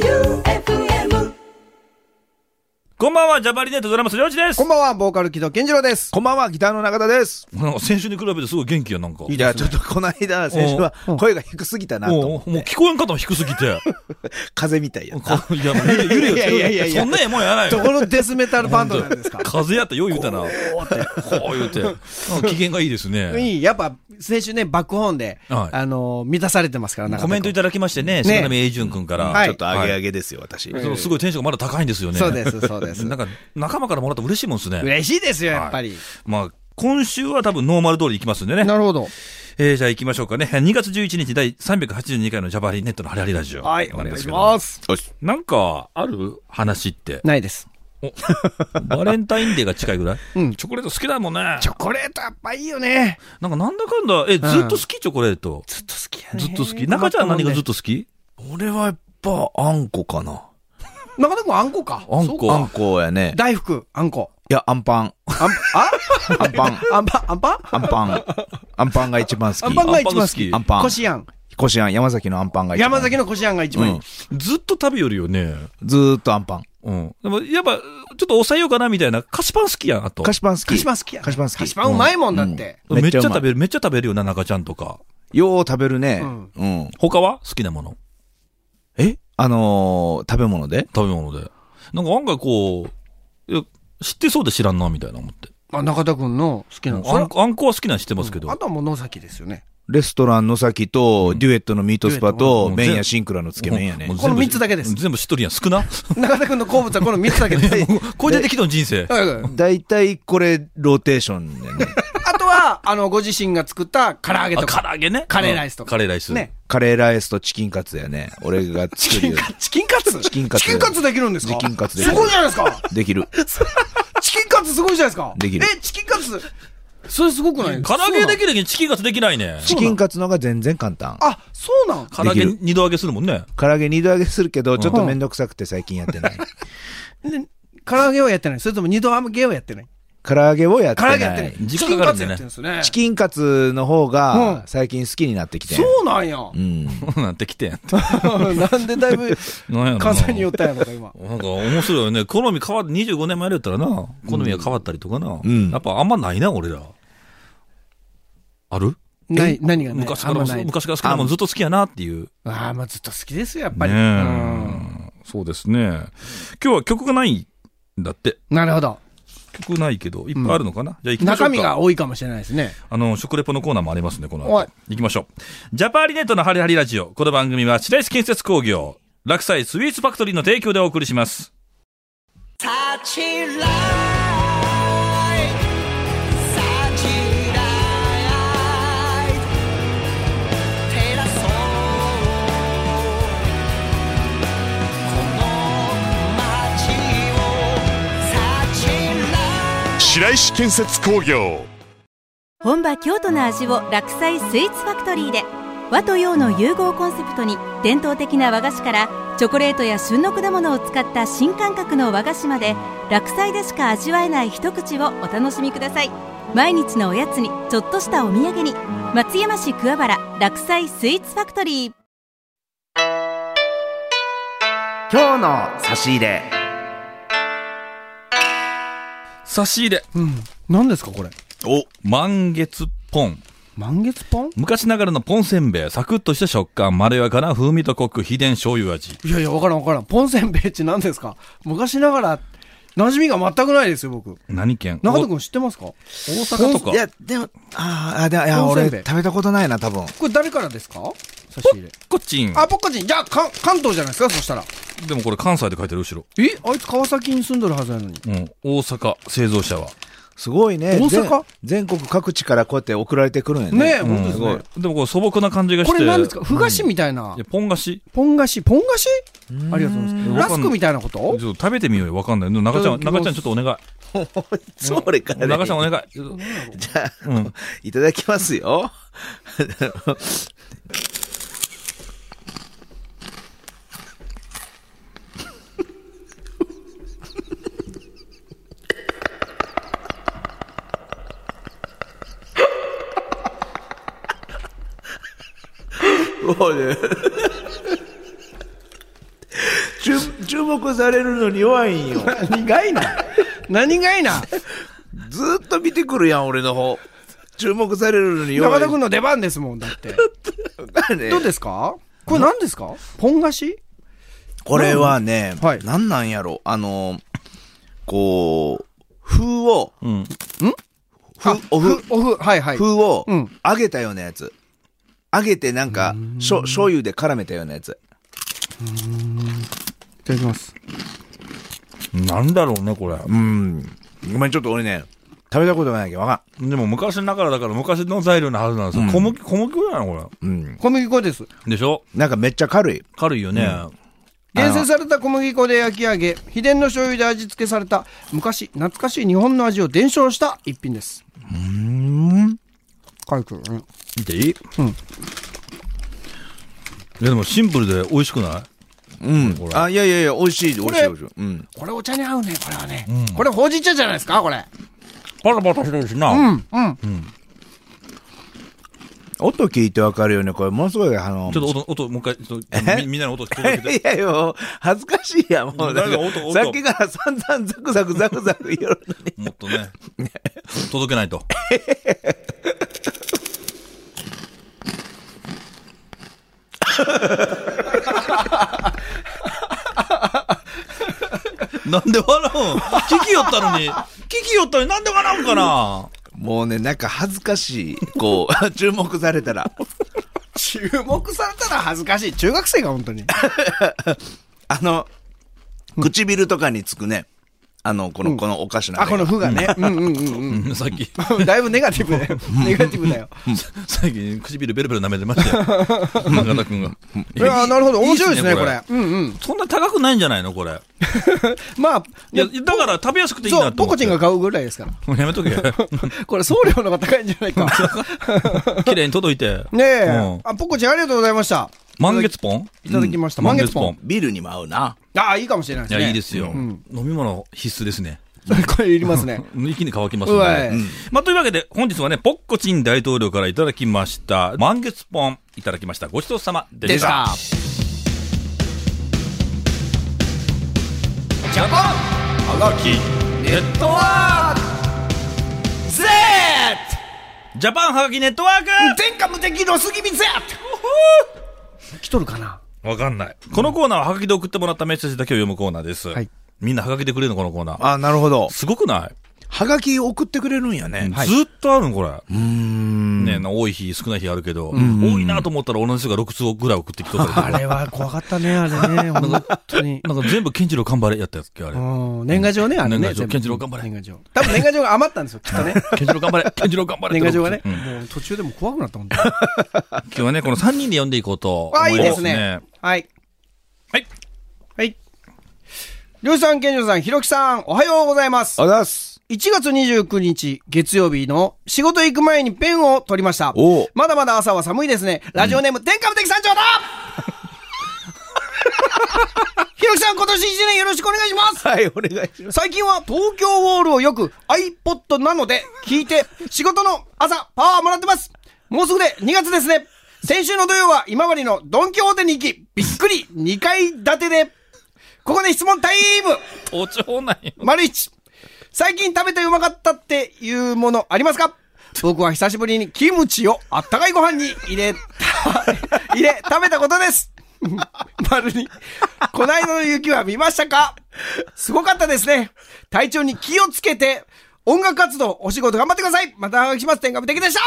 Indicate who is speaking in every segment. Speaker 1: J-O-E-U-F-M
Speaker 2: こんばんは、ジャパリネットドラマスジョージです
Speaker 3: こん。ばんは、ボーカル木戸健次郎です。
Speaker 4: こんばんは、ギターの中田です。
Speaker 2: なんか先週に比べてすごい元気や、なんか。
Speaker 4: いや、ちょっとこの間、先週は声が低すぎたなと
Speaker 2: も
Speaker 4: 思っ
Speaker 2: う、もう
Speaker 4: て、
Speaker 2: 聞こえんかったも低すぎて。い や、
Speaker 4: 風邪みたいや
Speaker 2: も
Speaker 4: な。
Speaker 2: う揺れよ、
Speaker 3: いやいやいやいや
Speaker 2: そんなええもんやない
Speaker 3: ど
Speaker 2: よ。
Speaker 3: このデスメタルバンドなんですか
Speaker 2: 風やったよう言うたな。こう言うて。なんか機嫌がいいですね。
Speaker 3: いい、やっぱ、先週ね、バックホーンで、
Speaker 2: はい
Speaker 3: あのー、満たされてますから、中田
Speaker 2: コ
Speaker 3: 君
Speaker 2: メントいただきましてね、菅波英順君から。
Speaker 3: はい
Speaker 4: ちょっと上げ上げですよ、私。
Speaker 2: そうすごいテンションがまだ高いんですよね。
Speaker 3: そうです、そうです。
Speaker 2: なんか、仲間からもらったら嬉しいもんですね。
Speaker 3: 嬉しいですよ、やっぱり。
Speaker 2: まあ、今週は多分ノーマル通り行きますんでね。
Speaker 3: なるほど。
Speaker 2: えー、じゃあ行きましょうかね。2月11日第382回のジャパリネットのハリハリラジオ。
Speaker 3: はい、お願いします。
Speaker 4: よし。
Speaker 2: なんか、ある話って。
Speaker 3: ないです。
Speaker 2: お バレンタインデーが近いぐらい、
Speaker 3: うん
Speaker 2: チョコレート好きだもんね。
Speaker 3: チョコレートやっぱいいよね。
Speaker 2: なんかなんだかんだ、え、ずっと好き、チョコレート。
Speaker 3: ずっと好きやね。
Speaker 2: ずっと好き。中ちゃんは何がずっ
Speaker 3: と
Speaker 2: と好き
Speaker 4: 俺はやっぱ、あんこかな。
Speaker 3: 中田君あんこか。
Speaker 2: あん
Speaker 3: そう
Speaker 2: こ。
Speaker 4: あんこやね。
Speaker 3: 大福、あんこ。
Speaker 4: いや、あんパン。
Speaker 3: あん、あ
Speaker 4: あんパン。
Speaker 3: あんぱ、あんぱ
Speaker 4: あんパン。あんパンが一番好き。
Speaker 3: あんパンが一番好
Speaker 2: あ
Speaker 3: き。
Speaker 2: ん
Speaker 4: パンが好き
Speaker 3: こしあん。
Speaker 4: こしあん、山崎のあんパンが一番
Speaker 3: 山崎のこしあんが一番いい。
Speaker 2: ずっと食べよるよね。
Speaker 4: ずーっとあんパン。
Speaker 2: うん。でも、やっぱ、ちょっと抑えようかなみたいな。菓子パン好きやん、あと。
Speaker 4: 菓子パン好き。
Speaker 3: 菓子パン好きやね。
Speaker 4: 菓子パン好き。
Speaker 3: 菓子パンうまいもんだって。
Speaker 4: うん
Speaker 2: めっちゃ
Speaker 4: うまい
Speaker 2: 食べる、めっちゃ食べるよな、中ちゃんとか。
Speaker 4: よう食べるね。
Speaker 3: うん
Speaker 4: うん。
Speaker 2: 他は好きなもの
Speaker 4: えあのー、食べ物で
Speaker 2: 食べ物で。なんか案外こう、いや知ってそうで知らんな、みたいな思って。
Speaker 3: まあ、中田君の好きなの。そ
Speaker 2: あ
Speaker 3: れ
Speaker 2: んあんこは好きなの知ってますけど。
Speaker 3: あとはもう野崎ですよね。
Speaker 4: レストランの先と、デュエットのミートス
Speaker 2: デ
Speaker 4: パ
Speaker 2: ュエット
Speaker 4: と、
Speaker 2: の
Speaker 4: 麺やシンクラのつけ麺やね
Speaker 2: もう。
Speaker 3: この三つだけです
Speaker 2: 全部知っとるやん。少な
Speaker 3: 中田君の好物はこの3つだけ です。
Speaker 2: これでできたの人生。
Speaker 3: うん
Speaker 4: 大体これ、ローテーションやね。
Speaker 3: あとは、あの、ご自身が作った唐揚げと
Speaker 2: あ、
Speaker 3: か。
Speaker 2: 唐揚げね。
Speaker 3: カレーライスと
Speaker 2: う
Speaker 3: か
Speaker 2: んカレーライス。
Speaker 3: ね。
Speaker 4: カレーライスとチキンカツやね。俺が
Speaker 3: チ
Speaker 4: 作
Speaker 3: キ
Speaker 4: る
Speaker 3: ン
Speaker 4: よ。
Speaker 3: カツチキンカツ
Speaker 4: チキンカツ
Speaker 3: チキンカツできるんですか
Speaker 4: チキンカツですきる
Speaker 3: ごいじゃないですか
Speaker 4: できる。
Speaker 3: チキンカツすごいじゃないですか
Speaker 4: できる
Speaker 3: え、チキンカツそれすごくない
Speaker 2: 唐揚げで
Speaker 3: る
Speaker 2: きるけどチキンカツできないね。
Speaker 4: チキンカツの方が全然簡単。
Speaker 3: あ、そうなん
Speaker 2: 唐揚げ二度揚げするもんね。
Speaker 4: 唐揚げ二度揚げするけど、ちょっとめんどくさくて最近やってない。
Speaker 3: 唐揚げをやってないそれとも二度揚げをやってない
Speaker 4: 唐揚げをやって
Speaker 3: 唐
Speaker 4: な
Speaker 3: 揚げやってない
Speaker 4: い。
Speaker 2: 時
Speaker 3: チキ
Speaker 2: 間
Speaker 3: ン
Speaker 2: かか
Speaker 3: カ
Speaker 2: るん
Speaker 3: ツ
Speaker 2: だよね
Speaker 3: やってるんですね。
Speaker 4: チキンカツの方
Speaker 3: うん
Speaker 4: が最近好きになってきて。
Speaker 3: そうなんや。
Speaker 4: うん。
Speaker 2: そう なってき てん。
Speaker 3: なんでだい ぶ
Speaker 2: なんやろな
Speaker 3: 関西に寄ったんやろか、今。
Speaker 2: なんか面白いよね。好み変わって、25年前やったらな、好みが変わったりとかな。
Speaker 4: ん
Speaker 2: やっぱあんまないな、俺ら。ある
Speaker 3: ない何がない
Speaker 2: 昔か
Speaker 3: あん
Speaker 2: ら、
Speaker 3: まない
Speaker 2: 昔から好きなものずっと好きやなっていう。
Speaker 3: ああ、まあずっと好きですよ、やっぱ
Speaker 2: ね
Speaker 3: り。うん
Speaker 2: え。そうですね。今日は曲がないんだって。
Speaker 3: なるほど。
Speaker 2: 曲ないけど、いっぱいあるのかな、じゃあ行きましょうか。
Speaker 3: 中身が多いかもしれないですね。
Speaker 2: あの、食レポのコーナーもありますね、この
Speaker 3: は
Speaker 2: 後
Speaker 3: い。
Speaker 2: 行きましょう。ジャパーリネットのハリハリラジオ。この番組は、白石建設工業、落西スイーツファクトリーの提供でお送りします。
Speaker 5: 白石建設工業
Speaker 6: 本場京都の味を落菜スイーツファクトリーで和と洋の融合コンセプトに伝統的な和菓子からチョコレートや旬の果物を使った新感覚の和菓子まで落菜でしか味わえない一口をお楽しみください毎日のおやつにちょっとしたお土産に松山市桑原落菜スイーツファクトリー
Speaker 7: 今日の差し入れ
Speaker 2: 差し入れ、
Speaker 3: うん。何ですか、これ。
Speaker 4: お
Speaker 2: 満月ポン。
Speaker 3: 満月ポン
Speaker 2: 昔ながらのポンせんべい、サクッとした食感、まろやかな風味とコク、秘伝醤油味。
Speaker 3: いやいや、わからんわからん。ポンせんべいって何ですか昔ながら、馴染みが全くないですよ、僕。
Speaker 2: 何県
Speaker 3: 中田君知ってますかこ
Speaker 2: お大阪とか
Speaker 4: い。や、でも、あーあ、でも、いや、
Speaker 3: 温泉
Speaker 4: 俺
Speaker 3: で
Speaker 4: 食べたことないな、多分。
Speaker 3: れ誰からですか差し入れ。
Speaker 2: こっちん。
Speaker 3: あ、ポッカチン。じゃあ、か関東じゃないですか、そしたら。
Speaker 2: でもこれ関西で書いてる後ろ。
Speaker 3: えあいつ川崎に住んでるはずなのに。
Speaker 2: うん。大阪、製造者は。
Speaker 4: すごいね。
Speaker 3: 大阪
Speaker 4: 全全国各地からこうやって送られてくるんやね。
Speaker 3: ねえ、
Speaker 2: う
Speaker 3: 本当
Speaker 2: ん。
Speaker 3: ですね。
Speaker 2: でもこれ素朴な感じがし
Speaker 3: こ
Speaker 2: て。
Speaker 3: れ何ですかふ菓子みたいな
Speaker 2: うんいや、。ポン菓子。
Speaker 3: ポン菓子ポン菓子ありがとうございま
Speaker 2: わか
Speaker 3: す。ラ
Speaker 2: んない
Speaker 3: スクみたいなこ
Speaker 2: ちょ
Speaker 3: と
Speaker 2: っと食べてみようよ。わかんない。中ちゃん、
Speaker 3: いただ
Speaker 2: 中
Speaker 3: きます
Speaker 2: ちゃんちょっとお願い。
Speaker 4: それからね
Speaker 2: 中ちゃんお願い。
Speaker 4: じゃあ、
Speaker 2: うん。
Speaker 4: いただきますよ。もうね注注目されるのに弱いんよ。
Speaker 3: 何がいな何がいな
Speaker 4: ずーっと見てくるやん、俺の方。注目されるのに弱
Speaker 3: 中
Speaker 4: い。
Speaker 3: 田君の出番ですもんだって
Speaker 4: ね
Speaker 3: どうですかこれ何ですかポン菓子
Speaker 4: これはね、
Speaker 3: うんはい
Speaker 4: なんなんやろ。あの、こう、風を、
Speaker 2: うん。
Speaker 4: ふおふ、
Speaker 3: オフはいはい
Speaker 4: 風を
Speaker 3: うん
Speaker 4: 揚げたようなやつ。揚げてなんか、しょ醤油で絡めたようなやつ。
Speaker 3: いただきます
Speaker 2: なんだろうね、これ。
Speaker 4: うん。ごめん、ちょっと俺ね、食べたことがないけどわか
Speaker 2: でも昔ながらだから昔の材料のはずなんですよ。
Speaker 4: うん
Speaker 2: 小麦、小麦粉じゃないこ
Speaker 4: ん。うん。
Speaker 3: 小麦粉です
Speaker 2: れ。でしょ
Speaker 4: なんかめっちゃ軽い。
Speaker 2: 軽いよね。
Speaker 3: 厳選された小麦粉で焼き上げ秘伝の醤油で味付けされた昔懐かしい日本の味を伝承した一品ですうん書いてるね
Speaker 2: 見ていい
Speaker 3: うん
Speaker 2: いやでもシンプルで美味しくな
Speaker 4: うん
Speaker 2: ほ。ら
Speaker 4: あ、いやいやいや、美味しい、美味しい、美味しい。うん。
Speaker 3: これお茶に合うねこれはね、これほうじ茶じゃないですかこれ
Speaker 2: いパラパラしてるしな。
Speaker 3: うんうん
Speaker 4: 音聞いてわかるよね。これ、ものすごい、あの、
Speaker 2: ちょっと音、音、もう一回、ちょっとみみんなの音聞こえて。
Speaker 4: いやよ、恥ずかしいや、もう。
Speaker 2: 誰が
Speaker 4: なんか
Speaker 2: 音音
Speaker 4: さっきから散々ザクザクザクザク言うのに。
Speaker 2: もっと ね、届けないと。なんで笑うん聞きよったのに、聞きよったのになんで笑うんかな
Speaker 4: もうね、なんか恥ずかしい。こう、 注目されたら。
Speaker 3: 注目されたら恥ずかしい中学生が本当に
Speaker 4: あの、唇とかにつくね。あの、この、このお菓子の
Speaker 3: あ
Speaker 4: あれ
Speaker 3: こ
Speaker 4: が。
Speaker 3: の負がねうんうんうん
Speaker 2: さっき、
Speaker 3: うんだいぶネガティブだよネガティブだよ
Speaker 2: さっき唇ベルベル舐めてましたよ。中田くんが。
Speaker 3: いやなるほど面白いですね
Speaker 2: いいっ
Speaker 3: こ
Speaker 2: すね
Speaker 3: れうんうん
Speaker 2: そんな高くないんじゃないのこれ。
Speaker 3: まあ
Speaker 2: いや、だから食べやすくていい
Speaker 3: そ
Speaker 2: な
Speaker 3: う
Speaker 2: と
Speaker 3: ポ
Speaker 2: 思
Speaker 3: コ
Speaker 2: って。
Speaker 3: チンが買うぐらいですから
Speaker 2: もうやめとけ。
Speaker 3: これ送料の方が高いんじゃ ないか
Speaker 2: 綺麗に届いて。
Speaker 3: ねえ、
Speaker 2: うん
Speaker 3: あポコチンありがとうございました
Speaker 2: 満月ポン
Speaker 3: いただきました、
Speaker 2: うん
Speaker 3: 満月ポン
Speaker 2: 満
Speaker 4: ビールにも合うな。
Speaker 3: ああいいかもしれないで
Speaker 2: い
Speaker 3: す
Speaker 2: や、
Speaker 3: ね
Speaker 2: いいですよ。
Speaker 3: うん
Speaker 2: 飲み物必須ですね。
Speaker 3: これいります ね
Speaker 2: 一気に乾きます
Speaker 3: う
Speaker 2: の
Speaker 3: わい、
Speaker 2: で。まあ、というわけで、本日はね、ポッコチン大統領からいただきました、満月ポンいただきました。ごちそうさまで
Speaker 3: で
Speaker 2: し
Speaker 3: したた。
Speaker 2: ジャパンはがきネットワーク Z! ジャパンはがきネットワーク
Speaker 3: 天下無敵の杉光や来とるかな
Speaker 2: わかんない。このコーナーははがきで送ってもらったメッセージだけを読むコーナーです。
Speaker 3: はい
Speaker 2: みんなはがきでくれるの、このコーナー。
Speaker 4: あ、なるほど。
Speaker 2: すごくない
Speaker 4: はがき送ってくれるんやね。
Speaker 2: ずっとあるん、これ。ねな多い日、少ない日あるけど、多いなと思ったら同じ人が6通ぐらい送ってきとった
Speaker 3: あ
Speaker 2: り
Speaker 3: れは怖かったねあれ ね本当に
Speaker 2: とか。なんか全部、ケンジロー頑張れやったやつっけ、 あれ
Speaker 3: う。ん年賀状ねあれね
Speaker 2: 年賀状
Speaker 3: 全部
Speaker 2: 健次郎頑張れ
Speaker 3: 年賀状多分年賀状が余ったんですよきっ とね
Speaker 2: ケンジロー頑張れケンジロー頑張れ
Speaker 3: 年賀状が
Speaker 2: って
Speaker 3: ね、
Speaker 2: ことうん
Speaker 3: もう途中でも怖くなっ た本当
Speaker 2: 今日はね、この3人で読んでいこうと思います、
Speaker 3: あ、いい
Speaker 2: ね。
Speaker 3: ですね。はい。
Speaker 2: はい。
Speaker 3: はい。りょうしさん、けんじょうさん、ひろきさん、おはようございます。
Speaker 4: あ
Speaker 3: 1
Speaker 4: ざっす。
Speaker 3: 月29日、月曜日の仕事行く前にペンを取りました
Speaker 4: おう。
Speaker 3: まだまだ朝は寒いですね。ラジオネーム、天下無敵山 頂だひろきさん、今年1年よろしくお願いします
Speaker 4: はい、お願いします。
Speaker 3: 最近は東京ウォールをよく iPod なので聞いて仕事の朝パワーもらってますもうすぐで2月ですね先週の土曜は今治のドン・キホーテに行きびっくり2階建てでここで質問タイム
Speaker 2: お帳なんよ。
Speaker 3: 丸一最近食べてうまかったっていうものありますか僕は久しぶりにキムチをあったか いご飯に入れた、入れ、食べたことです。 丸に。こないだの雪は見ましたかすごかったですね。体調に気をつけて、音楽活動、お仕事頑張ってください。またお会いします。天下無 敵でした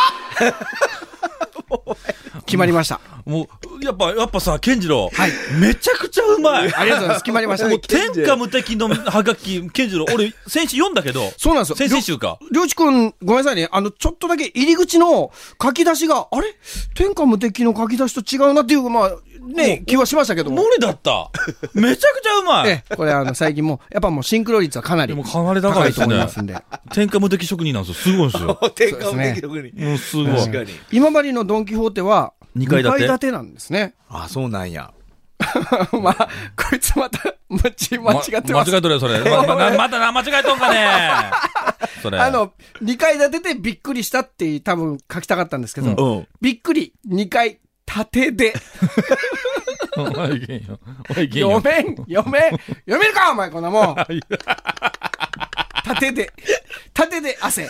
Speaker 3: 決まりました。
Speaker 2: もう、やっぱ、やっぱさ、ケンジロー。めちゃくちゃうまい。
Speaker 3: ありがとうございます。決まりました。
Speaker 2: もう天下無敵のハガキ、ケンジロー、俺、先週読んだけど。
Speaker 3: そうなんですよ
Speaker 2: 先々週か。
Speaker 3: りょうちくん、ごめんなさいね。あの、ちょっとだけ入り口の書き出しが、あれ天下無敵の書き出しと違うなっていう、まあ、ね、気はしましたけども
Speaker 2: 無。理だった。めちゃくちゃうまい
Speaker 3: え。え、これあの、最近もう、やっぱもうシンクロ率はかな
Speaker 2: で
Speaker 3: り
Speaker 2: も、か
Speaker 3: 高
Speaker 2: なり高い
Speaker 3: い
Speaker 2: で
Speaker 3: と
Speaker 2: す
Speaker 3: 思い
Speaker 2: ね
Speaker 3: ま。すんで。
Speaker 2: 天下無敵職人なんですよ。すごいんですよ。
Speaker 4: 天下
Speaker 3: そう
Speaker 4: 無
Speaker 3: ですね
Speaker 4: 敵の国。
Speaker 2: もうすごい。
Speaker 4: 確かに。
Speaker 3: 今治のドンキホーテは、
Speaker 2: 二階建て
Speaker 3: 二なんですね。
Speaker 4: あ、そうなんや。
Speaker 3: まあ、こいつまた、間違間違ってます。
Speaker 2: 間違えとるよ、 それ。まままたな、間違えとんかね。それ。
Speaker 3: あ、の、二階建てでびっくりしたって多分書きたかったんですけど、
Speaker 4: うん。
Speaker 3: びっくり二階建てで、
Speaker 2: お前いけんよ。お前いけんよ。
Speaker 3: 読めん読めん読めるかお前こんな もん縦で、縦で 汗。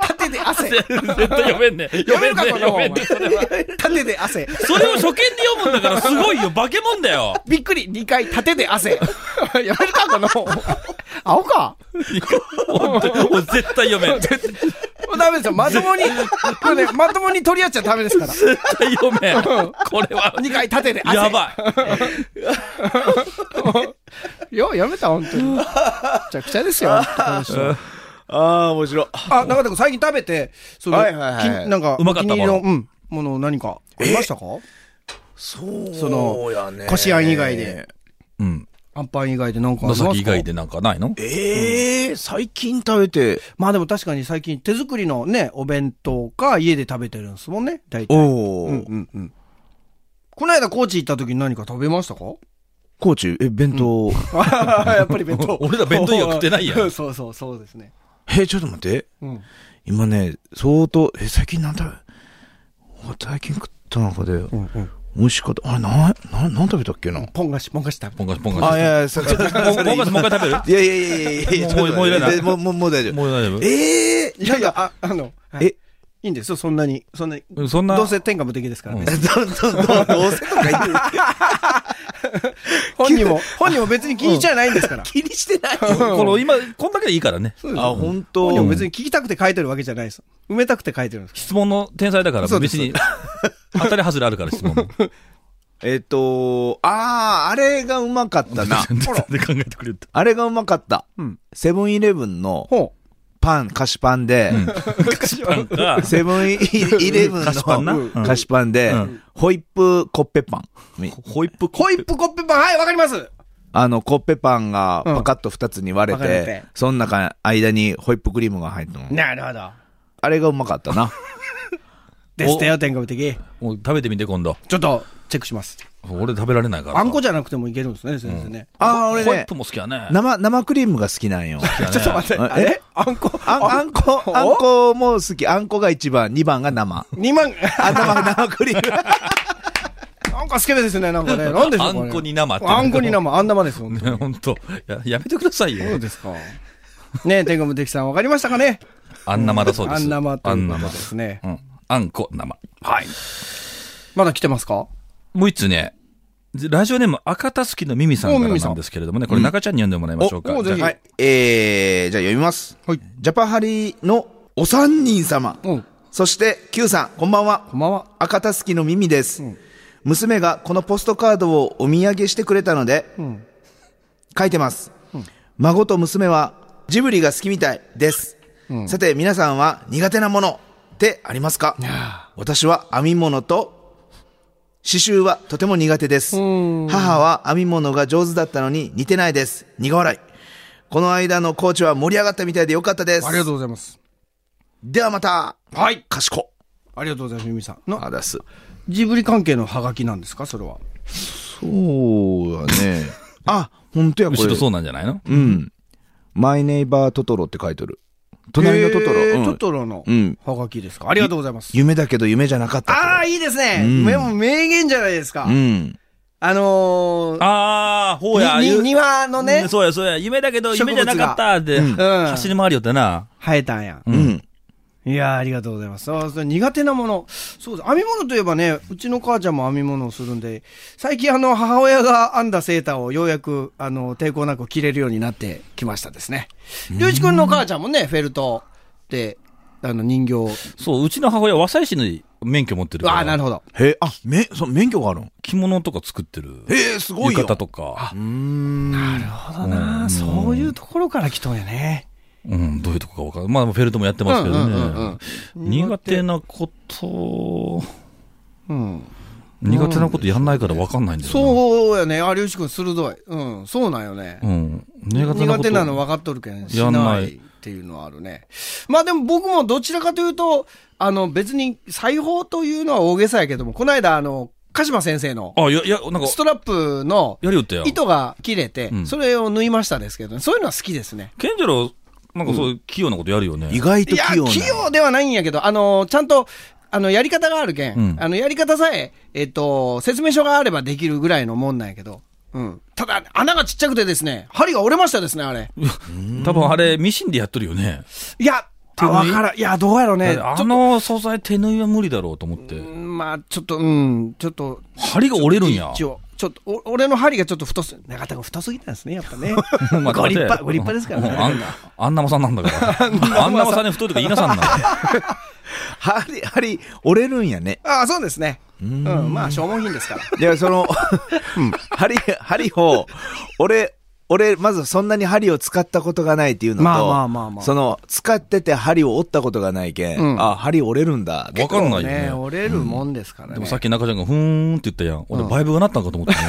Speaker 3: 縦で汗。
Speaker 2: 絶対読めんね。読
Speaker 3: 読
Speaker 2: め
Speaker 3: める
Speaker 2: んね。
Speaker 3: かこんな
Speaker 2: 読
Speaker 3: もん
Speaker 2: めん
Speaker 3: お前
Speaker 2: ね。それは。
Speaker 3: 縦で汗。
Speaker 2: それを初見で読むんだからすごいよ。化け物だよ。
Speaker 3: びっくり2回縦で汗。読めるかこんなもん。青か
Speaker 2: 本当に俺絶対読めん。絶
Speaker 3: もうダメですよ。まともに、これね、まともに取り合っちゃダメですから。
Speaker 2: 対読めん。これは。
Speaker 3: 2回縦で汗。
Speaker 2: やばい。
Speaker 3: い。よ、やめた、本当に。めちゃくちゃですよ。本当に
Speaker 4: ああ、面白い。
Speaker 3: あ、中田君最近食べて、その、
Speaker 4: はいはいはい
Speaker 3: きなんか、
Speaker 2: うまかった
Speaker 3: お気に入りの、
Speaker 2: も
Speaker 3: うん、もの何かありましたか
Speaker 4: そう
Speaker 3: その
Speaker 4: やね
Speaker 3: こしあん以外で。
Speaker 2: うん。
Speaker 3: アンパン以外でなんかあり
Speaker 2: 野
Speaker 3: ますか
Speaker 2: 崎以外でなんかないの
Speaker 4: ええ最近食べて。
Speaker 3: まあでも確かに最近手作りのね、お弁当か家で食べてるんですもんね、大体。
Speaker 4: おお、
Speaker 3: うんうんうん。この間高知行った時に何か食べましたか
Speaker 4: コーチ、え、弁当。
Speaker 3: やっぱり弁 当
Speaker 2: 俺ら弁当以外食ってないやん
Speaker 3: そうそうそうですね。
Speaker 4: え、ちょっと待って。
Speaker 3: うん。
Speaker 4: 今ね、相当、え、最近なんだ最近食った中で、美味しかった。あれ、な、な、なん食べたっけな。
Speaker 3: ポン菓子、ポン菓子食べ
Speaker 2: ポンカツポン
Speaker 4: あ、い
Speaker 2: カ
Speaker 4: やいや、そ れ、
Speaker 2: ツ。ポンポンカツもう一回食べる
Speaker 4: いやいやいやいやいや、
Speaker 2: もうもういらない
Speaker 4: えもう、もう、もう 大丈夫。
Speaker 2: もう大丈夫
Speaker 4: ええ
Speaker 3: いやいや、あ、あの、はい
Speaker 4: え
Speaker 3: いいんですよ、そんなに。そんなに。
Speaker 2: うんそんな
Speaker 3: どうせ天下無敵ですからね。
Speaker 4: ど、 ど、ど、どうせとか言ってる。
Speaker 3: 本人も、本人も別に気にしちゃないんですから。
Speaker 4: 気にしてない。
Speaker 2: この今、こんだけでいいからね。
Speaker 4: あ、本当
Speaker 3: 本人も別に聞きたくて書いてるわけじゃないです。埋めたくて書いてるんです。
Speaker 2: 質問の天才だから、
Speaker 3: そうで
Speaker 2: 別
Speaker 3: す
Speaker 2: に。当たり外れあるから、質 問も。
Speaker 4: えっと、ああ、あれがうまかったな。
Speaker 2: で考えてくれると。
Speaker 4: あれがうまかった。セブンイレブンの
Speaker 3: ほ
Speaker 4: パン、菓子パンで、
Speaker 2: なんか、
Speaker 4: セブンイレブン
Speaker 2: 菓子パンなう
Speaker 4: の
Speaker 2: ん
Speaker 4: 菓子パンで、ホイップコッペパン。
Speaker 2: ホイップ
Speaker 3: う。ホイップコッペパン、はい、わかります
Speaker 4: あの、コッペパンがパカッと二つに割
Speaker 3: う
Speaker 4: れ
Speaker 3: ん割
Speaker 4: て
Speaker 3: れて、
Speaker 4: その中、間にホイップクリームが入ったの。
Speaker 3: なるほど。
Speaker 4: あれがうまかったな。
Speaker 3: でしたよ、天下無敵。
Speaker 2: もう食べてみて、今度。
Speaker 3: ちょっと、チェックします。
Speaker 2: 俺食べられないから。
Speaker 3: あんこじゃなくてもいけるんですね、先生ね。
Speaker 4: ああ、俺
Speaker 2: ホイッ
Speaker 4: ね
Speaker 2: プ、も好きやね。
Speaker 4: 生、生クリームが好きなんよ。
Speaker 2: ちょっと待って。
Speaker 4: あ
Speaker 3: あれあんこ
Speaker 4: あんあんこ、あんこも好き。あんこが一番、二番が生。
Speaker 3: ?2 万、
Speaker 4: あ、生、生ク リーム。
Speaker 3: なんかスケベですよね、なんかね。なんでしょう
Speaker 2: あんこに生って
Speaker 3: あんこに生、あんなまですよ。
Speaker 2: ね、 本当や、やめてください
Speaker 3: そ
Speaker 2: よ
Speaker 3: う。ですか。ねえ、天狗無敵さん、わかりましたかね
Speaker 2: あん生だそうで
Speaker 3: あ
Speaker 2: す。
Speaker 3: んなまというこ
Speaker 2: あん
Speaker 3: と
Speaker 2: 生
Speaker 3: で。すね
Speaker 2: う。ん。あんこ生。
Speaker 3: はい。まだ来てますか
Speaker 2: もう一つね、ラジオネーム赤たすきのミミさんか
Speaker 3: お
Speaker 2: ら
Speaker 3: ミミさ
Speaker 2: なんんですけれどもね、これ中ちゃんに読んでもらいましょうか。
Speaker 3: おおぜひ
Speaker 2: じゃあ
Speaker 4: はい。えー、じゃあ読みます。
Speaker 3: はい
Speaker 4: ジャパハリのお三人様。
Speaker 3: うん
Speaker 4: そして、Q さん、こんばんは。
Speaker 3: こんばんは。
Speaker 4: 赤たすきの耳です、娘がこのポストカードをお土産してくれたので、書いてます、孫と娘はジブリが好きみたいです、さて皆さんは苦手なものってありますか私は編み物と刺繍はとても苦手です母は編み物が上手だったのに似てないです苦笑いこの間のコーチは盛り上がったみたいでよかったです
Speaker 3: ありがとうございます。
Speaker 4: ではまた
Speaker 3: はい。
Speaker 4: かしこ
Speaker 3: ありがとうございます、ゆみさん。の
Speaker 4: あだす
Speaker 3: ジブリ関係のハガキなんですかそれは。
Speaker 4: そうだね。 あ、本当や、これ。
Speaker 2: 後ろそうなんじゃないの
Speaker 4: うん。マイネイバートトロって書いてる。隣のトトロ。
Speaker 3: えー
Speaker 4: うん
Speaker 3: トトロの
Speaker 4: うん
Speaker 3: ハガキですかありがとうございます。
Speaker 4: 夢だけど夢じゃなかったと。
Speaker 3: ああ、いいですね。
Speaker 4: ん
Speaker 3: でも名言じゃないですか
Speaker 4: う。ん。
Speaker 3: あのー
Speaker 2: ああ、ほうや、
Speaker 3: に
Speaker 2: ゆ
Speaker 3: に庭のね
Speaker 2: うん、そうや、そうや、夢だけど、
Speaker 3: 植物
Speaker 2: 夢
Speaker 3: が
Speaker 2: じゃなかったって、
Speaker 4: うん
Speaker 2: 走り回りよってな。
Speaker 3: 生えたんや。
Speaker 4: うん。
Speaker 3: いやーありがとうございます。そうそう苦手なもの。そうです。編み物といえばね、うちの母ちゃんも編み物をするんで、最近あの、母親が編んだセーターをようやく、あの、抵抗なく着れるようになってきましたですね。りゅうちくんの母ちゃんもね、フェルトで、あの、人形を。
Speaker 2: そう、うちの母親、和裁士の免許持ってるから。
Speaker 3: ああ、なるほど。
Speaker 4: へえ、あ、め、そ、免許があるの
Speaker 2: 着物とか作ってる。
Speaker 4: へえ、すごいよ。
Speaker 2: 浴衣とか。
Speaker 3: そうだな、そういうところから来とんやね。
Speaker 2: うん、どういうとこかわかんない。まあ、フェルトもやってますけどね。
Speaker 3: うんうん
Speaker 2: 苦手なこと、
Speaker 3: うん。
Speaker 2: 苦手なことやんないからわかんないんだよな。
Speaker 3: そうやね。あ、りゅうちくん鋭い。うん、そうなんよね。
Speaker 2: うん。苦手なこと。
Speaker 3: 苦手なの分かっとるけん、し
Speaker 2: やん
Speaker 3: な
Speaker 2: ない
Speaker 3: いっていうのはあるね。まあでも僕もどちらかというと、あの別に裁縫というのは大げさやけども、この間あの、鹿島先生の
Speaker 2: あ、いや、いや、なんか、
Speaker 3: ストラップの
Speaker 2: やりよったよ。
Speaker 3: 糸が切れて
Speaker 2: う、ん
Speaker 3: それを縫いましたですけど、ね、そういうのは好きですね。
Speaker 2: ケンジロウ、なんかそういう器用なことやるよね。
Speaker 4: 意外と
Speaker 3: いや
Speaker 4: 器用、な。
Speaker 3: 器用ではないんやけど、あの、ちゃんとあの、やり方があるけん、
Speaker 2: うん
Speaker 3: あの、やり方さえ、えっ、と、説明書があればできるぐらいのもんなんやけど、うん。ただ、穴がちっちゃくてですね、針が折れましたですね、あれ。
Speaker 2: 多分あれ、ミシンでやっとるよね。
Speaker 3: いや、あわからん。いや、どうやろうね。
Speaker 2: あ
Speaker 3: ちょっ
Speaker 2: の素材手縫いは無理だろうと思って。
Speaker 3: と、まあ、ちょっと、うん、ちょっと、
Speaker 2: 針が折れるんや。。
Speaker 3: 一応、ちょっと、お俺の針がちょっと太す、中田君太すぎたんですね、やっぱね
Speaker 2: まあ
Speaker 3: ご立
Speaker 2: だっ
Speaker 3: 派、
Speaker 2: て
Speaker 3: ご立派ですから
Speaker 2: うんあ
Speaker 3: ね。
Speaker 2: んあんなもさんなんだから。あんなもさんに太いとか言いなさんな。
Speaker 4: 針、針、折れるんやね。
Speaker 3: ああ、そうですね。うん、まあ、消耗品ですから。
Speaker 4: いや、その、 うん針、針を、俺、俺、まずそんなに針を使ったことがないっていうのと、
Speaker 3: まあまあまあまあ
Speaker 4: その、使ってて針を折ったことがないけん、
Speaker 3: うん
Speaker 4: あ、針折れるんだ。
Speaker 2: わかん ないよ
Speaker 3: ね、
Speaker 2: ね。
Speaker 3: 折れるもんですからね。
Speaker 2: でもさっき中ちゃんがふーんって言ったやん。俺、バイブがなったんかと思ったね。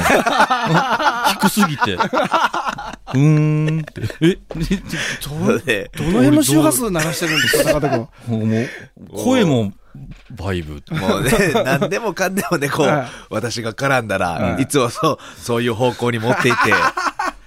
Speaker 2: 低すぎて。ふーんって。え
Speaker 4: そうで
Speaker 3: どの辺の周波数鳴らしてるんですか、中田君。
Speaker 2: もう、声も、バイブ。
Speaker 4: もうね、何でもかんでもね、こう
Speaker 3: はい、
Speaker 4: 私が絡んだら、いつもそう、そういう方向に持っていって、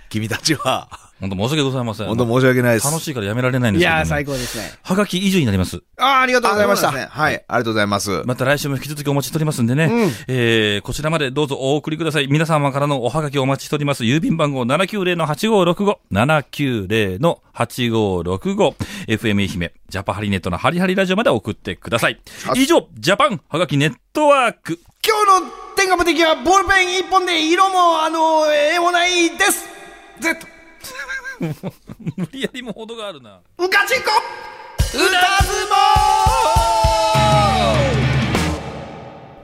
Speaker 4: 君たちは、
Speaker 2: 本当申し訳ございません。
Speaker 4: 本当申し訳ないです。
Speaker 2: 楽しいからやめられないんで
Speaker 3: い
Speaker 2: すけどね、
Speaker 3: やー、最高ですね。
Speaker 2: はがき以上になります。
Speaker 3: ああ、ありがとうございました
Speaker 4: あそう。なんですねはい、ありがとうございます。
Speaker 2: また来週も引き続きお待ちしておりますんでね。えー、こちらまでどうぞお送りください。皆様からのおはがきをお待ちしております。郵便番号790-8565。790-8565。FM 愛媛、ジャパハリネットのハリハリラジオまで送ってください。以上、ジャパンはがきネットワーク。
Speaker 3: 今日の天下無敵はボールペン一本で色も、あの、絵もないです !Z!
Speaker 2: 無理やりも程があるな。
Speaker 3: うかちこ歌相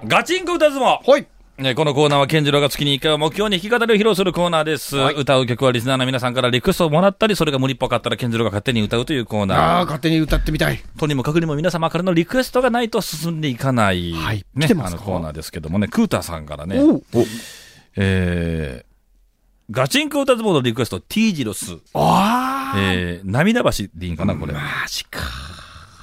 Speaker 2: ガチンコ歌相撲
Speaker 3: 撲はい。
Speaker 2: ね、このコーナーは、健次郎が月に1回を目標に弾き語りを披露するコーナーです。歌う曲はリスナーの皆さんからリクエストをもらったり、それが無理っぽかったら健次郎が勝手に歌うというコー
Speaker 3: あ
Speaker 2: ナ
Speaker 3: あ、
Speaker 2: ー。
Speaker 3: 勝手に歌ってみたい。
Speaker 2: とにもかくにも皆様からのリクエストがないと進んでいかない、
Speaker 3: はい
Speaker 2: ね
Speaker 3: 来て、ま
Speaker 2: あ
Speaker 3: す
Speaker 2: の
Speaker 3: か
Speaker 2: コーナーですけどもね、クーターさんからね、
Speaker 3: おう
Speaker 2: えー、ガチンコ歌相撲のリクエスト、T ジロス、
Speaker 3: あ
Speaker 2: えー、涙橋でいいんかな、これ。
Speaker 3: あ、マジか。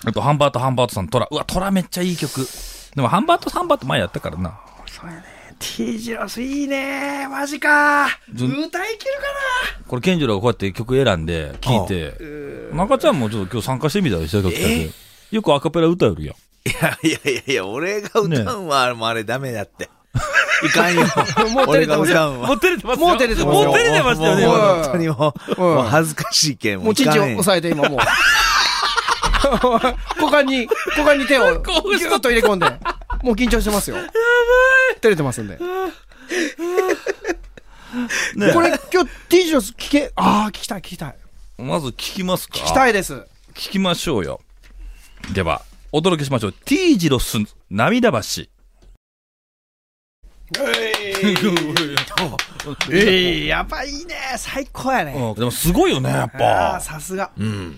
Speaker 2: あと、ハンバート、ハンバートさん、トラ。うわ、トラめっちゃいい曲。でも、ハンバート、ハンバート前やったからな。
Speaker 3: そうやね。T ジロスいいね。マジか。歌いきるか
Speaker 2: これ、健次郎がこうやって曲選んで、聴いて、中ちゃんもちょっと今日参加してみたりしたけど、よくアカペラ歌うよりやん。
Speaker 4: いやいやいや、俺が歌うんは、もうあれダメだって。いかんよ。
Speaker 3: もう照
Speaker 4: 俺
Speaker 3: れて
Speaker 4: が
Speaker 3: ますよ
Speaker 4: 歌うんは。
Speaker 2: う照れてます
Speaker 3: よもう照れてますよ
Speaker 2: もう照れてましたよね、
Speaker 4: もうも
Speaker 2: 今
Speaker 3: 今
Speaker 4: う本当にもう、
Speaker 3: うん
Speaker 4: もう恥ずかしいけん。
Speaker 3: らもうチンチン押
Speaker 4: え。
Speaker 3: さえて、今もう。 股間に、股間に手をギュッと入れ込んで。もう緊張してますよ。やばい。照れて ますんで。
Speaker 2: ね
Speaker 3: これ今日 T ジロス聞け、ああ、聞きたい、聞きたい。
Speaker 2: まず聞きますか
Speaker 3: 聞きたい です。
Speaker 2: 聞きましょうよ。では、お届けしましょう。T 字ロス、涙橋。
Speaker 3: ええやっぱいいね。最高やね。
Speaker 2: うんでもすごいよね、やっ
Speaker 3: ああ、
Speaker 2: ぱ。
Speaker 3: さすが。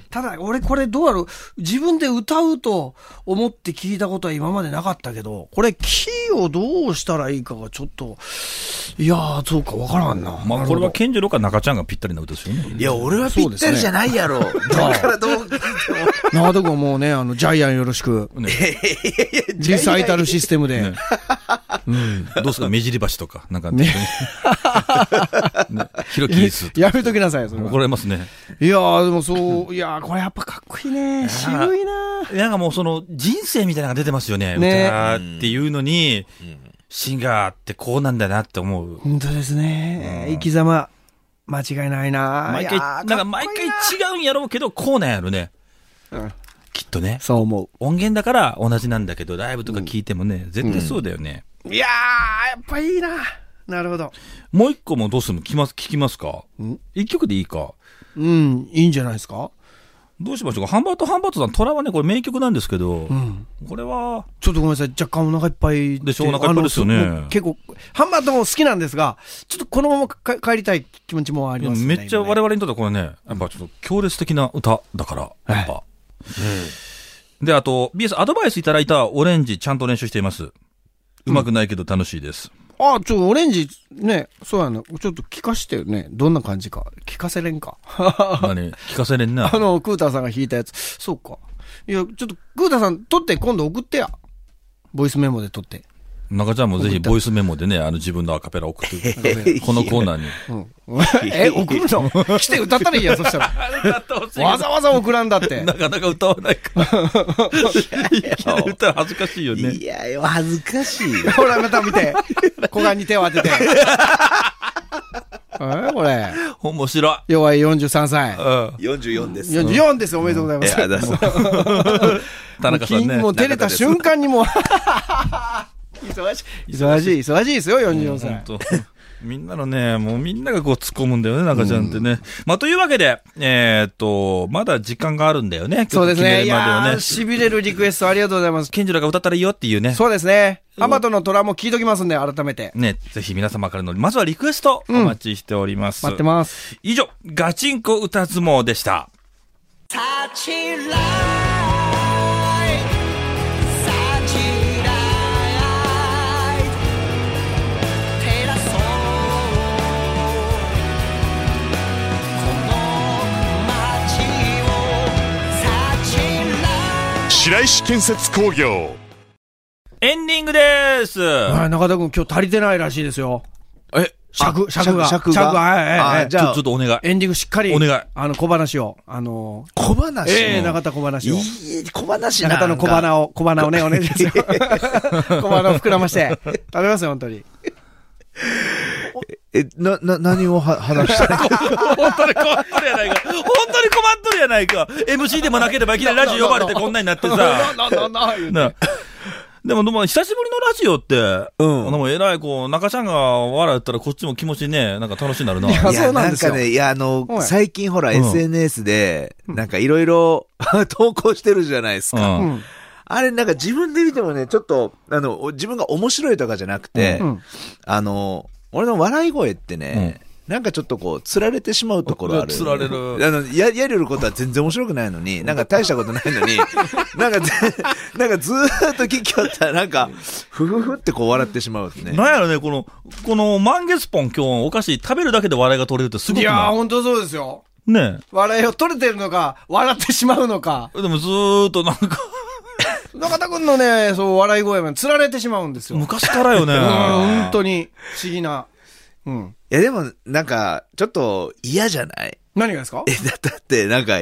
Speaker 3: ただ、俺これどうやろう自分で歌うと思って聞いたことは今までなかったけど、これキーをどうしたらいいかがちょっと、いやー、そうかわからんな。
Speaker 2: まあ、これは
Speaker 3: なる
Speaker 2: 健次郎か中ちゃんがぴったりな歌ですよね。
Speaker 4: いや、俺はぴったりじゃないやろ。だからどう聞いても。
Speaker 3: ほど、長田君はもうね、あの、ジャイアンよろしく、 リサイタルシステムで。
Speaker 2: どうすか、目尻橋とか、なんか、ね。 ヒロキースとか。
Speaker 3: やめときなさい、それは
Speaker 2: 怒られますね。
Speaker 3: いやー、でもそう、いやー、これやっぱかっこいい ね。渋いな
Speaker 2: なんかもうその人生みたいなのが出てますよね。
Speaker 3: ね
Speaker 2: 歌っていうのに、シンガーってこうなんだなって思う。
Speaker 3: 本当ですね。生き様、間違いないな
Speaker 2: 毎
Speaker 3: い
Speaker 2: 回、
Speaker 3: やー
Speaker 2: なんか毎回違うんやろうけど、こうなんやろね。きっとね。
Speaker 3: そう思
Speaker 2: 音源だから同じなんだけど、ライブとか聞いてもね、絶対そうだよね。
Speaker 3: う。いやー、やっぱいいななるほど。
Speaker 2: もう一個もどうするの聞きます、聞きますか一曲でいいか
Speaker 3: うん、いいんじゃないですか
Speaker 2: どうしましょうかハンバートハンバートさん、トラはね、これ名曲なんですけど、これは、
Speaker 3: ちょっとごめんなさい。若干お腹いっぱい
Speaker 2: でしょお腹いっぱいですよね
Speaker 3: あのもう結構、ハンバートも好きなんですが、ちょっとこのままか帰りたい気持ちもあり
Speaker 2: でも
Speaker 3: ますね。
Speaker 2: めっちゃ我
Speaker 3: 今ね
Speaker 2: 々にとってはこれね、やっぱちょっと強烈的な歌だから、やっぱ。で、あと、BS アドバイスいただいたオレンジ、ちゃんと練習しています。うまくないけど楽しいです。
Speaker 3: あ、ちょ、オレンジ、ね、そうやな。ちょっと聞かしてよね。どんな感じか。聞かせれんか。
Speaker 2: 何聞かせれんな
Speaker 3: あ。の、クーターさんが弾いたやつ。そう か。いや、ちょっと、クーターさん、撮って、今度送ってや。ボイスメモで撮って。
Speaker 2: 中ちゃんもぜひボイスメモでね、あの自分のアカペラ送って、このコーナーに。
Speaker 3: え、送るの来て歌ったらいいやん、そした ら。わざわざ送らんだって
Speaker 2: な。かなか歌わないから。 いきなり歌う恥ずかしいよね。
Speaker 4: いやよ、恥ずかしい よ。
Speaker 3: ほら、また見て。股間に手を当て て。えこれ。
Speaker 2: 面白い。
Speaker 3: 弱い43歳。
Speaker 2: うん。
Speaker 4: 44です。
Speaker 3: 44です。おめでとうございます。
Speaker 4: いやだそう
Speaker 2: 田中さんね。
Speaker 3: もう照れた瞬間にもう。 忙しい。忙しい、忙しいですよ、44歳。
Speaker 2: 本当 みんなのね、もうみんながこう突っ込むんだよね、中ちゃんってね。まあ、というわけで、えーっと、まだ時間があるんだよね。
Speaker 3: そうですね。
Speaker 2: 曲決め
Speaker 3: い
Speaker 2: るま
Speaker 3: や
Speaker 2: で
Speaker 3: ー、
Speaker 2: はね。
Speaker 3: 痺れるリクエストありがとうございます。
Speaker 2: ケンジロが歌ったらいいよっていうね。
Speaker 3: そうですね。アマトの虎も聞いときますんで、改めて。
Speaker 2: ね、ぜひ皆様からの、まずはリクエスト、お待ちしております。
Speaker 3: 待ってます。
Speaker 2: 以上、ガチンコ歌相撲でした。
Speaker 5: 白石建設工業
Speaker 2: エンディングです。
Speaker 3: はい、中田君、今日足りてないらしいですよ。
Speaker 2: え、
Speaker 3: 尺、尺が。
Speaker 4: 尺が
Speaker 3: はいはいはい
Speaker 4: あじゃあ
Speaker 2: ちょっとお願い。
Speaker 3: エンディングしっかり。
Speaker 2: お願い
Speaker 3: あの、小話を。あの
Speaker 4: 小話。
Speaker 3: ええ中田小話を。
Speaker 4: いい小話な
Speaker 3: 中田の小
Speaker 4: なんか
Speaker 3: 鼻を、 小鼻をね、お願いしますよ。小鼻を膨らまして。食べますよ、本当に。
Speaker 4: え、な、な、何をは話した
Speaker 2: 本当に困っとるやないか。本当に困っとるやないか。MC でもなければいきなりラジオ呼ばれてこんなになってさ。
Speaker 3: な、な、な、言うて
Speaker 2: なでも、でも、久しぶりのラジオって、
Speaker 4: う
Speaker 2: で
Speaker 4: ん
Speaker 2: も、えらい、こう、中ちゃんが笑ったら、こっちも気持ちね、なんか楽しになるな。
Speaker 3: やあ
Speaker 4: い や
Speaker 3: そうなんですよ
Speaker 4: かね、いや、あの
Speaker 3: は、い
Speaker 4: 最近ほら、
Speaker 2: うん
Speaker 4: SNS で、なんかいろいろ 投稿してるじゃないです
Speaker 2: う
Speaker 4: か。
Speaker 2: ん。
Speaker 3: うん
Speaker 4: あれ、なんか自分で見てもね、ちょっと、あの、お自分が面白いとかじゃなくて、
Speaker 3: うん
Speaker 4: あの、俺の笑い声ってね、なんかちょっとこう、釣られてしまうところある。
Speaker 2: 釣られる
Speaker 4: あの、や、やれることは全然面白くないのに、なんか大したことないのに、なんかぜ、なんかずーっと聞きよったら、なんか、ふふふってこう笑ってしまうね。
Speaker 2: なんやろね、この、この、満月ポン今日お菓子食べるだけで笑いが取れるってすご
Speaker 3: い
Speaker 2: く
Speaker 3: や
Speaker 2: な
Speaker 3: ー、本当そうですよ。
Speaker 2: いね
Speaker 3: 笑いを取れてるのか、笑ってしまうのか。
Speaker 2: えでもずーっとなんか、
Speaker 3: 中田君のね、そう、笑い声も釣られてしまうんですよ。うん、
Speaker 2: 昔からよね。
Speaker 3: 本当に、不思議な。うん。
Speaker 4: いや、でも、なんか、ちょっと嫌じゃない
Speaker 3: 何がですか
Speaker 4: え、だだって、なんか、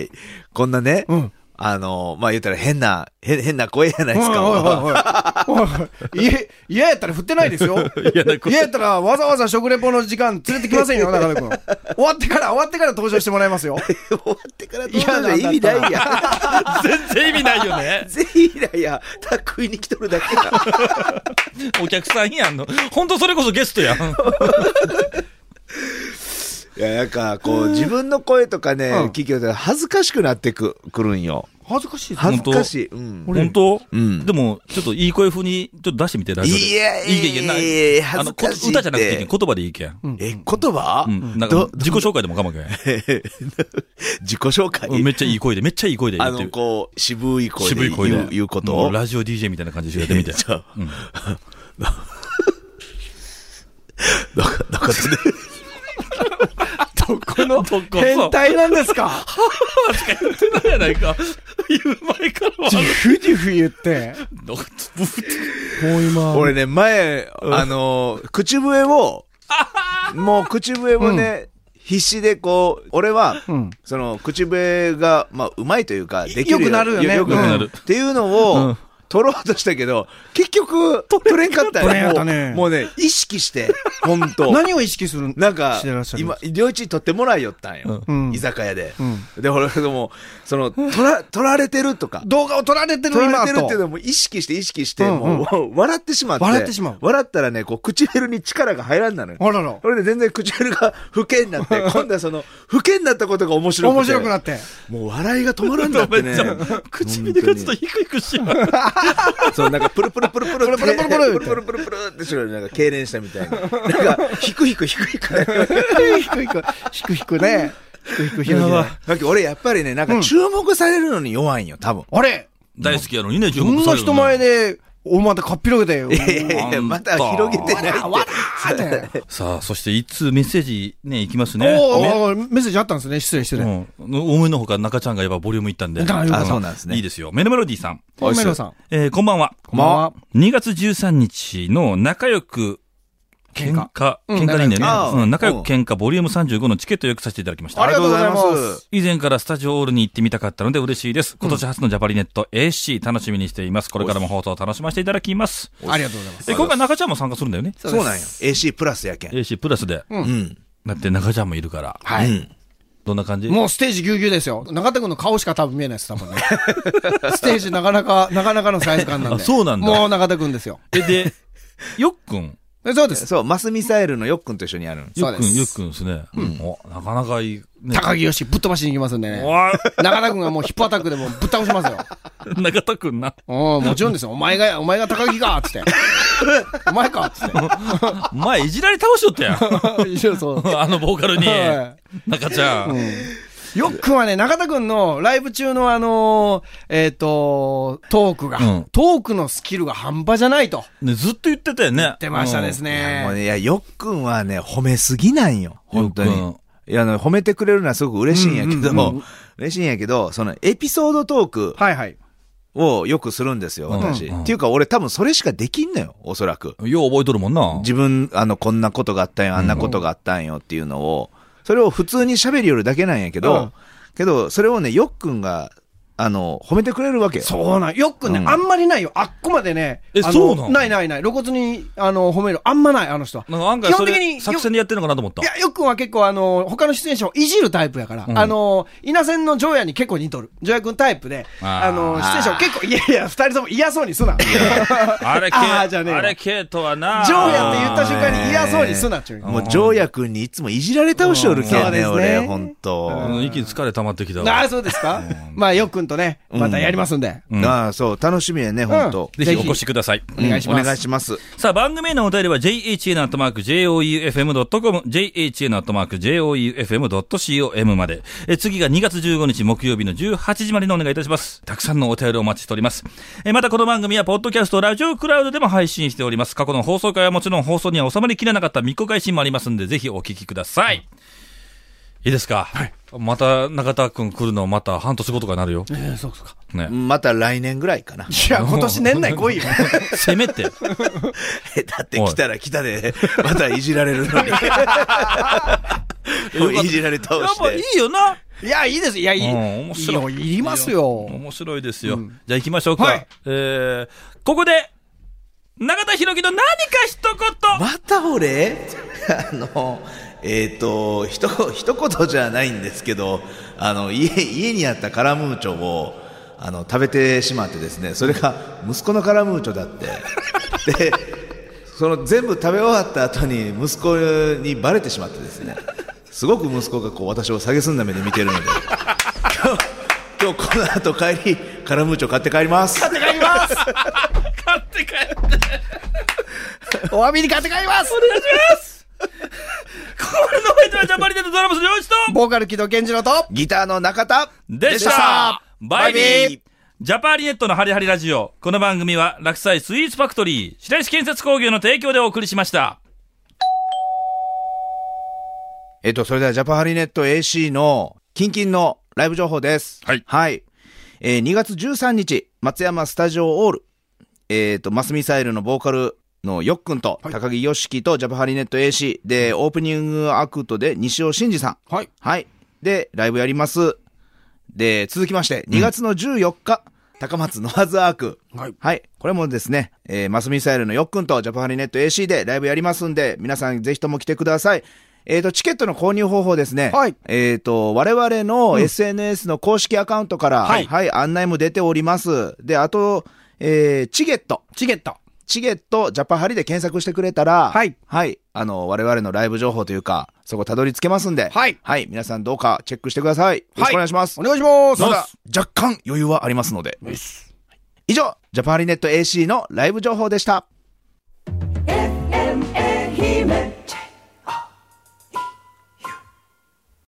Speaker 4: こんなね、
Speaker 3: うん
Speaker 4: あの、まあ、言ったら変な、へ変な声じゃないですか。
Speaker 3: おいおいおいおい。家、家やったら振ってないですよ。
Speaker 2: 嫌なこと
Speaker 3: 家やったらわざわざ食レポの時間連れてきませんよ、中田くん。終わってから、終わってから登場してもらいますよ。
Speaker 4: 終わってからどうなんだ意味ないや ん。
Speaker 2: 全然意味ないよね。
Speaker 4: 全員いないや。食いに来とるだけだ。
Speaker 2: お客さんやんの。本当それこそゲストやん。
Speaker 4: いや、なんか、こう、自分の声とかね、
Speaker 3: うん
Speaker 4: 聞きよったら恥ずかしくなってく、くるんよ。
Speaker 3: 恥ずかしい
Speaker 4: 恥ずかしい。うん。
Speaker 2: 本当
Speaker 4: うん
Speaker 2: でも、ちょっといい声風に、ちょっと出してみて、ラジオで。
Speaker 4: いや
Speaker 2: いいけんいけんな。
Speaker 4: いや恥ずかしい
Speaker 2: あのこ歌じゃなくていいけ
Speaker 4: っ
Speaker 2: ん
Speaker 4: て
Speaker 2: 言葉でいいけん。
Speaker 4: え、言葉、
Speaker 2: うん。なん
Speaker 4: ど
Speaker 2: か、自己紹介でもかまけん。
Speaker 4: 自己紹介、
Speaker 2: うんめっちゃいい声で、めっちゃいい声で言
Speaker 4: あ
Speaker 2: って
Speaker 4: の、こう、渋い声で
Speaker 2: 渋い
Speaker 4: 言う
Speaker 2: 声で。
Speaker 4: 言うこと
Speaker 2: も
Speaker 4: を
Speaker 2: う。ラジオ DJ みたいな感じでやってみて。
Speaker 4: じゃあ、なんか、なんかつね、
Speaker 3: どこの
Speaker 2: こ
Speaker 3: 変態なんですか
Speaker 2: やないか。言う前からは
Speaker 3: ジ。フジフ言って。
Speaker 2: なんかブフって
Speaker 3: もう今。
Speaker 4: 俺ね、前、あの、口 笛を、もう口笛をね、必死でこう、俺は、
Speaker 3: ん
Speaker 4: その、口笛が、まあ、うまいというか、できる
Speaker 3: よくなるよね
Speaker 4: よくな
Speaker 2: うん
Speaker 4: る。っていうのを、取ろうとしたけど、結局、取れんかったよ。
Speaker 3: 取れんかったね
Speaker 4: もうもうね、意 識して、ほんと。
Speaker 3: 何を意識する
Speaker 4: なんか
Speaker 3: してらっしゃ、る
Speaker 4: 今、両一取ってもらいよったんよ。
Speaker 3: うん
Speaker 4: 居酒屋で。
Speaker 3: う
Speaker 4: で、俺も、その、取ら、取られてるとか、
Speaker 3: 動画を撮られてる
Speaker 4: 取
Speaker 3: 今
Speaker 4: ら
Speaker 3: と
Speaker 4: れてるっていうのも意識して意識して、
Speaker 3: うんうん
Speaker 4: もう、笑ってしまって。
Speaker 3: 笑ってしまう
Speaker 4: 笑ったらね、こう、唇に力が入らんなのよ。
Speaker 3: あらら
Speaker 4: そ。れで全然唇が不健にな って、今度はその、不健になったことが面白くて。
Speaker 3: 面白くなって。
Speaker 4: もう笑いが止まらんだっ てね。
Speaker 2: 唇がちょっと
Speaker 4: 本
Speaker 2: ヒクヒクしちゃう。
Speaker 4: 当にそう、なんかプルプルプルプルプル
Speaker 3: プルプルプル
Speaker 4: プルプルプルプルってしろなんか痙攣したみたいな。なんか、ひくひくひくひく。
Speaker 3: ひくひく、ひくひくね。ひくひくひく
Speaker 2: やばい。
Speaker 4: だけど俺やっぱりね、なんか注目されるのに弱いんよ、多分。
Speaker 3: あれ
Speaker 2: 大好きやのにね、注
Speaker 3: こ
Speaker 2: 目
Speaker 3: ん
Speaker 2: さ
Speaker 3: な
Speaker 2: れるの
Speaker 3: 人 前で、お前でかっぴろげてよ。
Speaker 4: いやいやいやまた広げてないって。
Speaker 3: ーって。
Speaker 2: さあ、そして一通メッセージね、いきますね。
Speaker 3: おーおー、メッセージあったんですね。失礼、失
Speaker 2: う
Speaker 3: 礼。
Speaker 2: ん。思いのほか中ちゃんが言えばボリュームいったんで。
Speaker 3: あよかった
Speaker 4: そうなんですね
Speaker 2: いいですよ。メルメロディーさん。
Speaker 3: おめろさん。
Speaker 2: えーこんばんは。
Speaker 3: こんばんは。
Speaker 2: 2月13日の仲良く、
Speaker 3: 喧
Speaker 2: 喧
Speaker 3: 嘩
Speaker 2: 嘩、
Speaker 3: うん
Speaker 2: 喧嘩でいいんだよね
Speaker 4: ああ
Speaker 2: うん。仲良く喧嘩ボリューム35のチケットを予約させていただきました。
Speaker 3: ありがとうござ います
Speaker 4: ありがとうございま
Speaker 2: 以前からスタジオオールに行ってみたかったので嬉しいです。今年初のジャパリネット AC 楽しみにしています。これからも放送を楽しませていただきます。
Speaker 3: ありがとうございます。
Speaker 2: え、今回中ちゃんも参加するんだよね。
Speaker 4: そうなんよ。AC プラスやけん。
Speaker 2: AC プラスで。
Speaker 4: うん。
Speaker 2: だって中ちゃんもいるから。
Speaker 3: はい
Speaker 4: うん
Speaker 2: どんな感じ
Speaker 3: もうステージぎゅうぎゅうですよ。中田君の顔しか多分見えないです、多分ね。 ステージなかなか、なかなかのサイズ感なんで。
Speaker 2: あそうなんだ
Speaker 3: もう中田君ですよ。
Speaker 2: え、で、よっくん。
Speaker 3: えそうです。
Speaker 4: そう、マスミサイルのよっくんと一緒にやるんです
Speaker 2: よ
Speaker 3: そう
Speaker 2: っ
Speaker 3: で
Speaker 2: くん、
Speaker 3: す
Speaker 2: よっくんですね。お、なかなかいい。ね
Speaker 3: 高木よし、ぶっ飛ばしに行きますんでね。
Speaker 2: わ
Speaker 3: 中田君がもうヒップアタックでもうぶっ倒します よ。
Speaker 2: 中田くんな。
Speaker 3: うん、もちろんですよ。お前が、お前が高木かっつって。お前かっつ って。
Speaker 2: 前いじられ倒しよったやん。
Speaker 3: 一緒そう。
Speaker 2: あのボーカルに
Speaker 3: は。
Speaker 2: 中ちゃん。
Speaker 3: よっくんはね、中田くんのライブ中のあのーえっ、と、トークが、
Speaker 2: うん
Speaker 3: トークのスキルが半端じゃないと
Speaker 2: ね、ずっと言ってたよね。
Speaker 3: 出ましたです
Speaker 4: よ。もう
Speaker 3: ね。
Speaker 4: ね、いや、よっくんはね、褒めすぎなんよ。本当
Speaker 2: よっ
Speaker 4: に。いや、あの褒めてくれるのはすごく嬉しいんやけど、
Speaker 3: うんうんうん
Speaker 4: 嬉しいんやけど、そのエピソードトーク
Speaker 3: はいはい。
Speaker 4: をよくするんですよ、私。
Speaker 2: うんうん
Speaker 4: っていうか、俺多分それしかできんのよ、おそらく。
Speaker 2: うん。よう覚えとるもんな。
Speaker 4: 自分、あの、こんなことがあったんよ、あんなことがあったんよっていうのを、それを普通に喋りよるだけなんやけど、
Speaker 3: うん
Speaker 4: けど、それをね、よっくんが、あの、褒めてくれるわけよ。
Speaker 3: そうなん。よっくんね、
Speaker 4: うん
Speaker 3: あんまりないよ。あっこまでね。
Speaker 2: え
Speaker 3: あの
Speaker 2: そうなの
Speaker 3: ないないない。露骨に、あの、褒める。あんまない、あの人は。
Speaker 2: なんか案外
Speaker 3: 基
Speaker 2: そ
Speaker 3: 本的に
Speaker 2: れ
Speaker 3: よ
Speaker 2: 作戦でやってるのかなと思った
Speaker 3: い。や、よっくんは結構あの、他の出演者をいじるタイプやから、
Speaker 2: うん
Speaker 3: あの、稲線のジョーヤに結構似とる。ジョーヤくんタイプで、
Speaker 2: あ
Speaker 3: あ
Speaker 2: ー
Speaker 3: の、出演者を結構、いやいや、二人とも嫌そうにすな。
Speaker 2: あれ、ケ
Speaker 3: あーじゃねえ
Speaker 2: イ、
Speaker 3: わ
Speaker 2: あれ、ケイトはな。
Speaker 3: ジョーヤって言った瞬間に嫌そうにすなっちゅう。
Speaker 4: もう、ジョーヤ君にいつもいじられ倒しよるけ
Speaker 3: うんんそうで
Speaker 4: ね、
Speaker 3: すね
Speaker 4: 俺、ほんと。
Speaker 2: うん息疲れ溜まってきた
Speaker 3: あ
Speaker 2: わ
Speaker 3: あ、。そうですかまあ、よっくんとね、またやりますんで。
Speaker 2: うん
Speaker 4: ああ、そう、楽しみやね、ほんと。
Speaker 2: ぜ
Speaker 3: ぜ
Speaker 2: ひ
Speaker 3: ひ
Speaker 2: お越しください。
Speaker 3: お願いします
Speaker 4: お願いします。
Speaker 2: さあ、番組へのお便りは jhan.joufm.com、jhan.joufm.com まで。え、次が2月15日木曜日の18時までのお願いいたします。たくさんのお便りをお待ちしております。え、またこの番組は、ポッドキャスト、ラジオクラウドでも配信しております。過去の放送回はもちろん放送には収まりきれなかった未公開シーンもありますんで、ぜひお聞きください。いいですかはい。また、中田くん来るの、また半年後とかになるよ。えそうか。ね。
Speaker 4: また来年ぐらいかな。
Speaker 3: いや、今年年内来いよ。
Speaker 2: せめて。
Speaker 4: だって来たら来たで、またいじられるのに。 いじられ倒
Speaker 2: やっ
Speaker 4: し
Speaker 2: ぱい
Speaker 4: て。
Speaker 2: いよな。
Speaker 3: いや、いいです。いや、いい。
Speaker 2: うん面
Speaker 3: い
Speaker 2: 白
Speaker 3: よ、いりますよ。
Speaker 2: 面白いですよ。じゃあ行きましょうか。
Speaker 3: はい
Speaker 2: えー、ここで、中田博樹の何か一言、
Speaker 4: また俺 あの、えっ、と、ひと、一言じゃないんですけど、あの、家、家にあったカラムーチョを、あの、食べてしまってですね、それが息子のカラムーチョだって。 で、その全部食べ終わった後に息子にバレてしまってですね、すごく息子がこう私を蔑んだ目で見てるので、今日、今日この後帰り、カラムーチョ買って帰ります。
Speaker 3: 買って帰ります。
Speaker 2: 買って帰って。
Speaker 3: お詫びに買って帰ります。
Speaker 2: お願いしますこれのお相手はジャパリネットドラムス両一と
Speaker 3: ボーカル木戸健二郎と、
Speaker 4: ギターの中田
Speaker 2: でし
Speaker 4: で
Speaker 2: たバイビ
Speaker 4: バイビ
Speaker 2: ー
Speaker 4: ー
Speaker 2: ジャパリネットのハリハリラジオ。この番組は、落栽スイーツファクトリー、白石建設工業の提供でお送りしました。
Speaker 4: えっと、それではジャパハリネット AC のキンキンのライブ情報です。
Speaker 2: はい
Speaker 4: はい。えー2月13日、松山スタジオオール。えっと、マスミサイルのボーカルのよっくんと、高木よしきとジャパハリネット AC で、オープニングアクトで西尾真二さん。
Speaker 3: はい。
Speaker 4: はい。で、ライブやります。で、続きまして、2月の14日、高松ノアズアーク。
Speaker 3: はい
Speaker 4: これもですね、えーマスミサイルのよっくんとジャパハリネット AC でライブやりますんで、皆さんぜひとも来てください。えっ、と、チケットの購入方法ですね。
Speaker 3: はい
Speaker 4: えっ、と、我々の SNS の公式アカウントから、
Speaker 3: はい
Speaker 4: 案内も出ております。で、あと、えーチゲット。
Speaker 3: チケット。
Speaker 4: チゲットジャパハリで検索してくれたら、
Speaker 3: はい
Speaker 4: はい。あの、我々のライブ情報というか、そこたどり着けますんで、
Speaker 3: はい
Speaker 4: はい。皆さんどうかチェックしてください。よろしくお願いします。
Speaker 3: お願いします。
Speaker 4: まだ若干余裕はありますので。以上、ジャパハリネット AC のライブ情報でした。